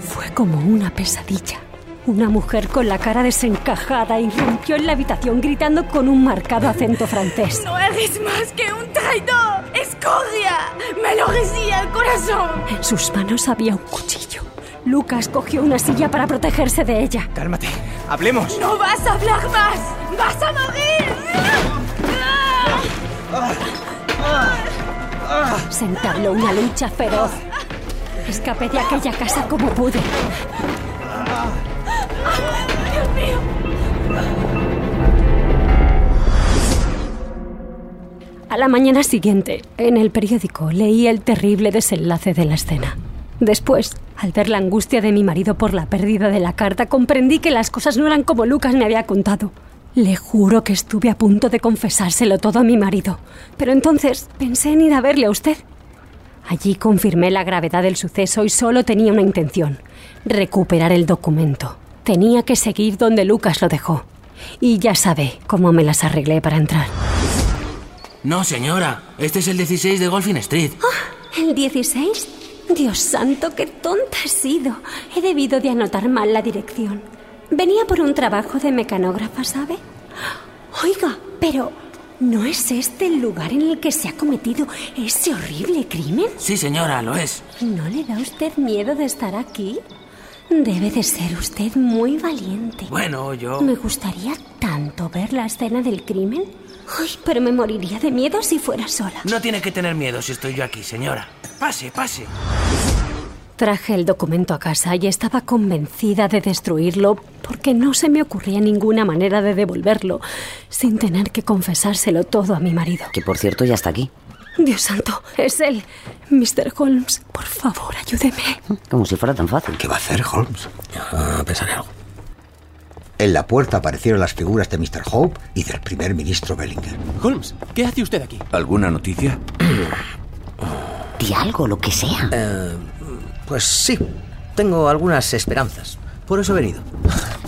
L: fue como una pesadilla. Una mujer con la cara desencajada irrumpió en la habitación gritando con un marcado acento francés.
M: ¡No eres más que un traidor! ¡Escoria! ¡Me lo decía el corazón!
L: En sus manos había un cuchillo. Lucas cogió una silla para protegerse de ella.
P: Cálmate, hablemos.
M: ¡No vas a hablar más! ¡Vas a morir!
L: Se entabló una lucha feroz. Escapé de aquella casa como pude. A la mañana siguiente, en el periódico, leí el terrible desenlace de la escena. Después, al ver la angustia de mi marido por la pérdida de la carta, comprendí que las cosas no eran como Lucas me había contado. Le juro que estuve a punto de confesárselo todo a mi marido, pero entonces pensé en ir a verle a usted. Allí confirmé la gravedad del suceso y solo tenía una intención, recuperar el documento. Tenía que seguir donde Lucas lo dejó. Y ya sabe cómo me las arreglé para entrar.
O: No, señora. Este es el 16 de Golfin Street.
L: Oh, ¿El 16? Dios santo, qué tonta he sido. He debido de anotar mal la dirección. Venía por un trabajo de mecanógrafa, ¿sabe? Oiga, pero ¿no es este el lugar en el que se ha cometido ese horrible crimen?
O: Sí, señora, lo es.
L: ¿No le da usted miedo de estar aquí? Debe de ser usted muy valiente.
O: Bueno, yo...
L: Me gustaría tanto ver la escena del crimen. Ay, pero me moriría de miedo si fuera sola.
O: No tiene que tener miedo si estoy yo aquí, señora. Pase, pase.
L: Traje el documento a casa y estaba convencida de destruirlo porque no se me ocurría ninguna manera de devolverlo sin tener que confesárselo todo a mi marido.
A: Que por cierto ya está aquí.
L: Dios santo, es él. Mr. Holmes, por favor, ayúdeme.
A: Hm, Como si fuera tan fácil.
D: ¿Qué va a hacer Holmes?
G: Ah, pensaré algo.
D: En la puerta aparecieron las figuras de Mr. Hope y del primer ministro Bellinger.
H: Holmes, ¿qué hace usted aquí?
E: ¿Alguna noticia?
A: Di algo, lo que sea.
G: Eh, pues sí, tengo algunas esperanzas. Por eso he venido.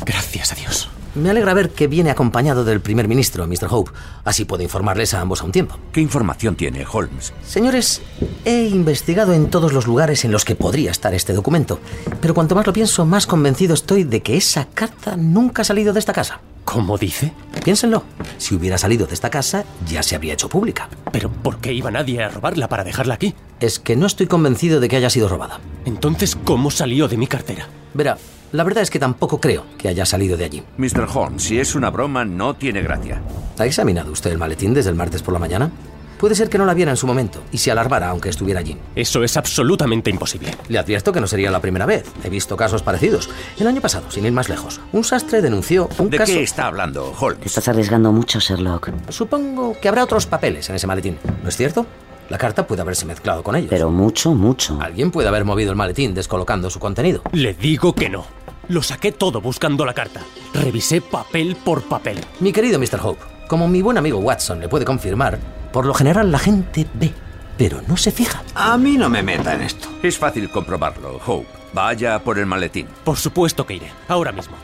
H: Gracias a Dios.
G: Me alegra ver que viene acompañado del primer ministro, Mr. Hope. Así puedo informarles a ambos a un tiempo.
E: ¿Qué información tiene Holmes?
G: Señores, he investigado en todos los lugares en los que podría estar este documento, pero cuanto más lo pienso, más convencido estoy de que esa carta nunca ha salido de esta casa.
H: ¿Cómo dice?
G: Piénsenlo. Si hubiera salido de esta casa, ya se habría hecho pública.
H: ¿Pero por qué iba nadie a robarla para dejarla aquí?
G: Es que no estoy convencido de que haya sido robada.
H: Entonces, ¿cómo salió de mi cartera?
G: Verá, la verdad es que tampoco creo que haya salido de allí.
E: Mr. Holmes, si es una broma, no tiene gracia.
G: ¿Ha examinado usted el maletín desde el martes por la mañana? Puede ser que no la viera en su momento y se alarmara aunque estuviera allí.
H: Eso es absolutamente imposible.
G: Le advierto que no sería la primera vez. He visto casos parecidos. El año pasado, sin ir más lejos, un sastre denunció un
E: ¿De
G: caso...
E: qué está hablando, Holmes?
A: Estás arriesgando mucho, Sherlock.
G: Supongo que habrá otros papeles en ese maletín, ¿no es cierto? La carta puede haberse mezclado con ellos.
A: Pero mucho, mucho.
G: Alguien puede haber movido el maletín descolocando su contenido.
H: Le digo que no. Lo saqué todo buscando la carta. Revisé papel por papel.
G: Mi querido Mr. Hope, como mi buen amigo Watson le puede confirmar, por lo general la gente ve, pero no se fija.
Q: A mí no me meta en esto.
E: Es fácil comprobarlo, Hope. Vaya por el maletín.
H: Por supuesto que iré, ahora mismo.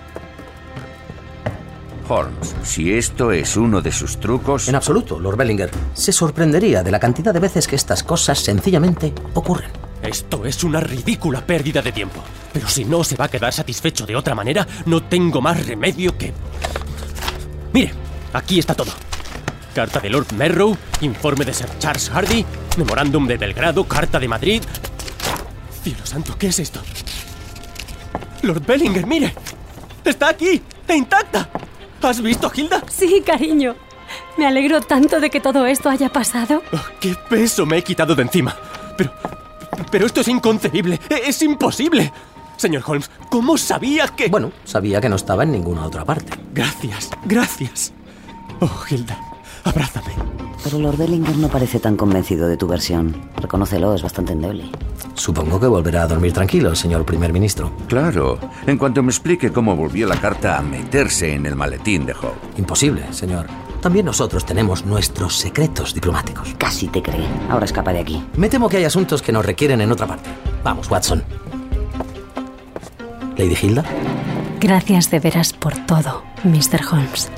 E: Holmes, si esto es uno de sus trucos...
G: En absoluto, Lord Bellinger. Se sorprendería de la cantidad de veces que estas cosas sencillamente ocurren.
H: Esto es una ridícula pérdida de tiempo. Pero si no se va a quedar satisfecho de otra manera, no tengo más remedio que... Mire, aquí está todo. Carta de Lord Merrow, informe de Sir Charles Hardy, memorándum de Belgrado, carta de Madrid... Cielo santo, ¿qué es esto? Lord Bellinger, mire. Está aquí, está intacta. ¿Has visto, Hilda?
L: Sí, cariño. Me alegro tanto de que todo esto haya pasado.
H: Oh, ¡Qué peso me he quitado de encima! Pero. Pero esto es inconcebible. E, ¡Es imposible! Señor Holmes, ¿cómo sabía que.?
G: Bueno, sabía que no estaba en ninguna otra parte.
H: Gracias, gracias. Oh, Hilda, abrázame.
A: Pero Lord Bellinger no parece tan convencido de tu versión. Reconócelo, es bastante endeble.
G: Supongo que volverá a dormir tranquilo, señor primer ministro.
E: Claro. En cuanto me explique cómo volvió la carta a meterse en el maletín de Hope.
G: Imposible, señor. También nosotros tenemos nuestros secretos diplomáticos.
A: Casi te cree. Ahora escapa de aquí.
G: Me temo que hay asuntos que nos requieren en otra parte. Vamos, Watson. Lady Hilda.
L: Gracias de veras por todo, Mr. Holmes.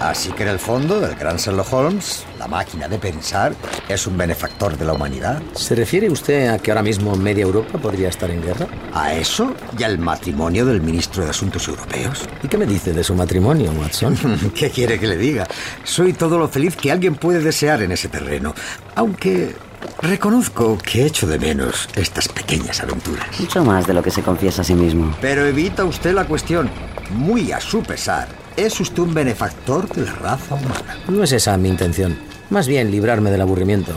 D: Así que en el fondo, el gran Sherlock Holmes, la máquina de pensar, es un benefactor de la humanidad.
G: ¿Se refiere usted a que ahora mismo media Europa podría estar en guerra?
D: A eso y al matrimonio del ministro de Asuntos Europeos.
G: ¿Y qué me dice de su matrimonio, Watson?
D: ¿Qué quiere que le diga? Soy todo lo feliz que alguien puede desear en ese terreno. Aunque Reconozco que echo de menos estas pequeñas aventuras.
A: Mucho más de lo que se confiesa a sí mismo.
D: Pero evita usted la cuestión. Muy a su pesar, es usted un benefactor de la raza humana.
G: No es esa mi intención. Más bien librarme del aburrimiento.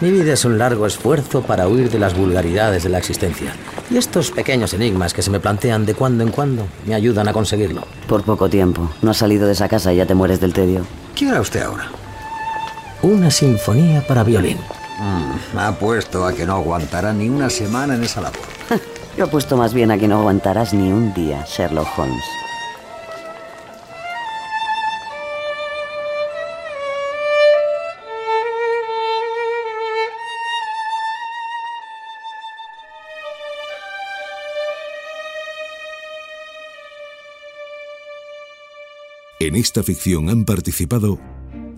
G: Mi vida es un largo esfuerzo para huir de las vulgaridades de la existencia. Y estos pequeños enigmas que se me plantean de cuando en cuando me ayudan a conseguirlo.
A: Por poco tiempo. No has salido de esa casa y ya te mueres del tedio.
D: ¿Qué hará usted ahora?
G: Una sinfonía para violín.
D: Mm, me apuesto a que no aguantará ni una semana en esa labor.
A: Yo apuesto más bien a que no aguantarás ni un día, Sherlock Holmes.
R: En esta ficción han participado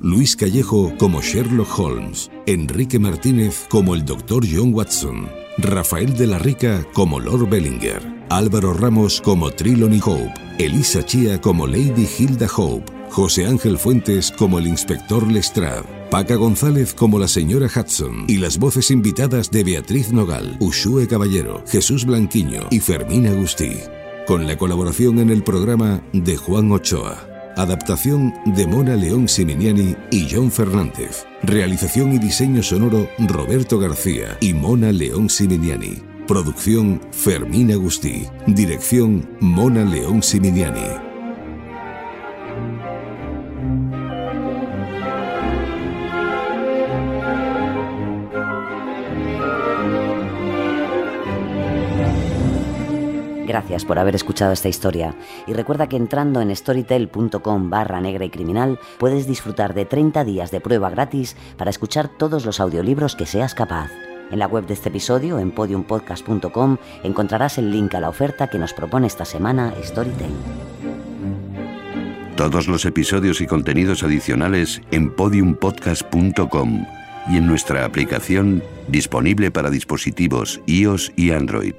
R: Luis Callejo como Sherlock Holmes, Enrique Martínez como el Dr. John Watson, Rafael de la Rica como Lord Bellinger, Álvaro Ramos como Trilony Hope, Elisa Chía como Lady Hilda Hope, José Ángel Fuentes como el Inspector Lestrade, Paca González como la señora Hudson y las voces invitadas de Beatriz Nogal, Ushue Caballero, Jesús Blanquiño y Fermín Agustí, con la colaboración en el programa de Juan Ochoa. Adaptación de Mona León Siminiani y John Fernández. Realización y diseño sonoro Roberto García y Mona León Siminiani. Producción Fermín Agustí. Dirección Mona León Siminiani.
A: Gracias por haber escuchado esta historia y recuerda que entrando en storytel.com barra negra y criminal puedes disfrutar de 30 días de prueba gratis para escuchar todos los audiolibros que seas capaz. En la web de este episodio, en podiumpodcast.com, encontrarás el link a la oferta que nos propone esta semana Storytel.
E: Todos los episodios y contenidos adicionales en podiumpodcast.com y en nuestra aplicación disponible para dispositivos iOS y Android.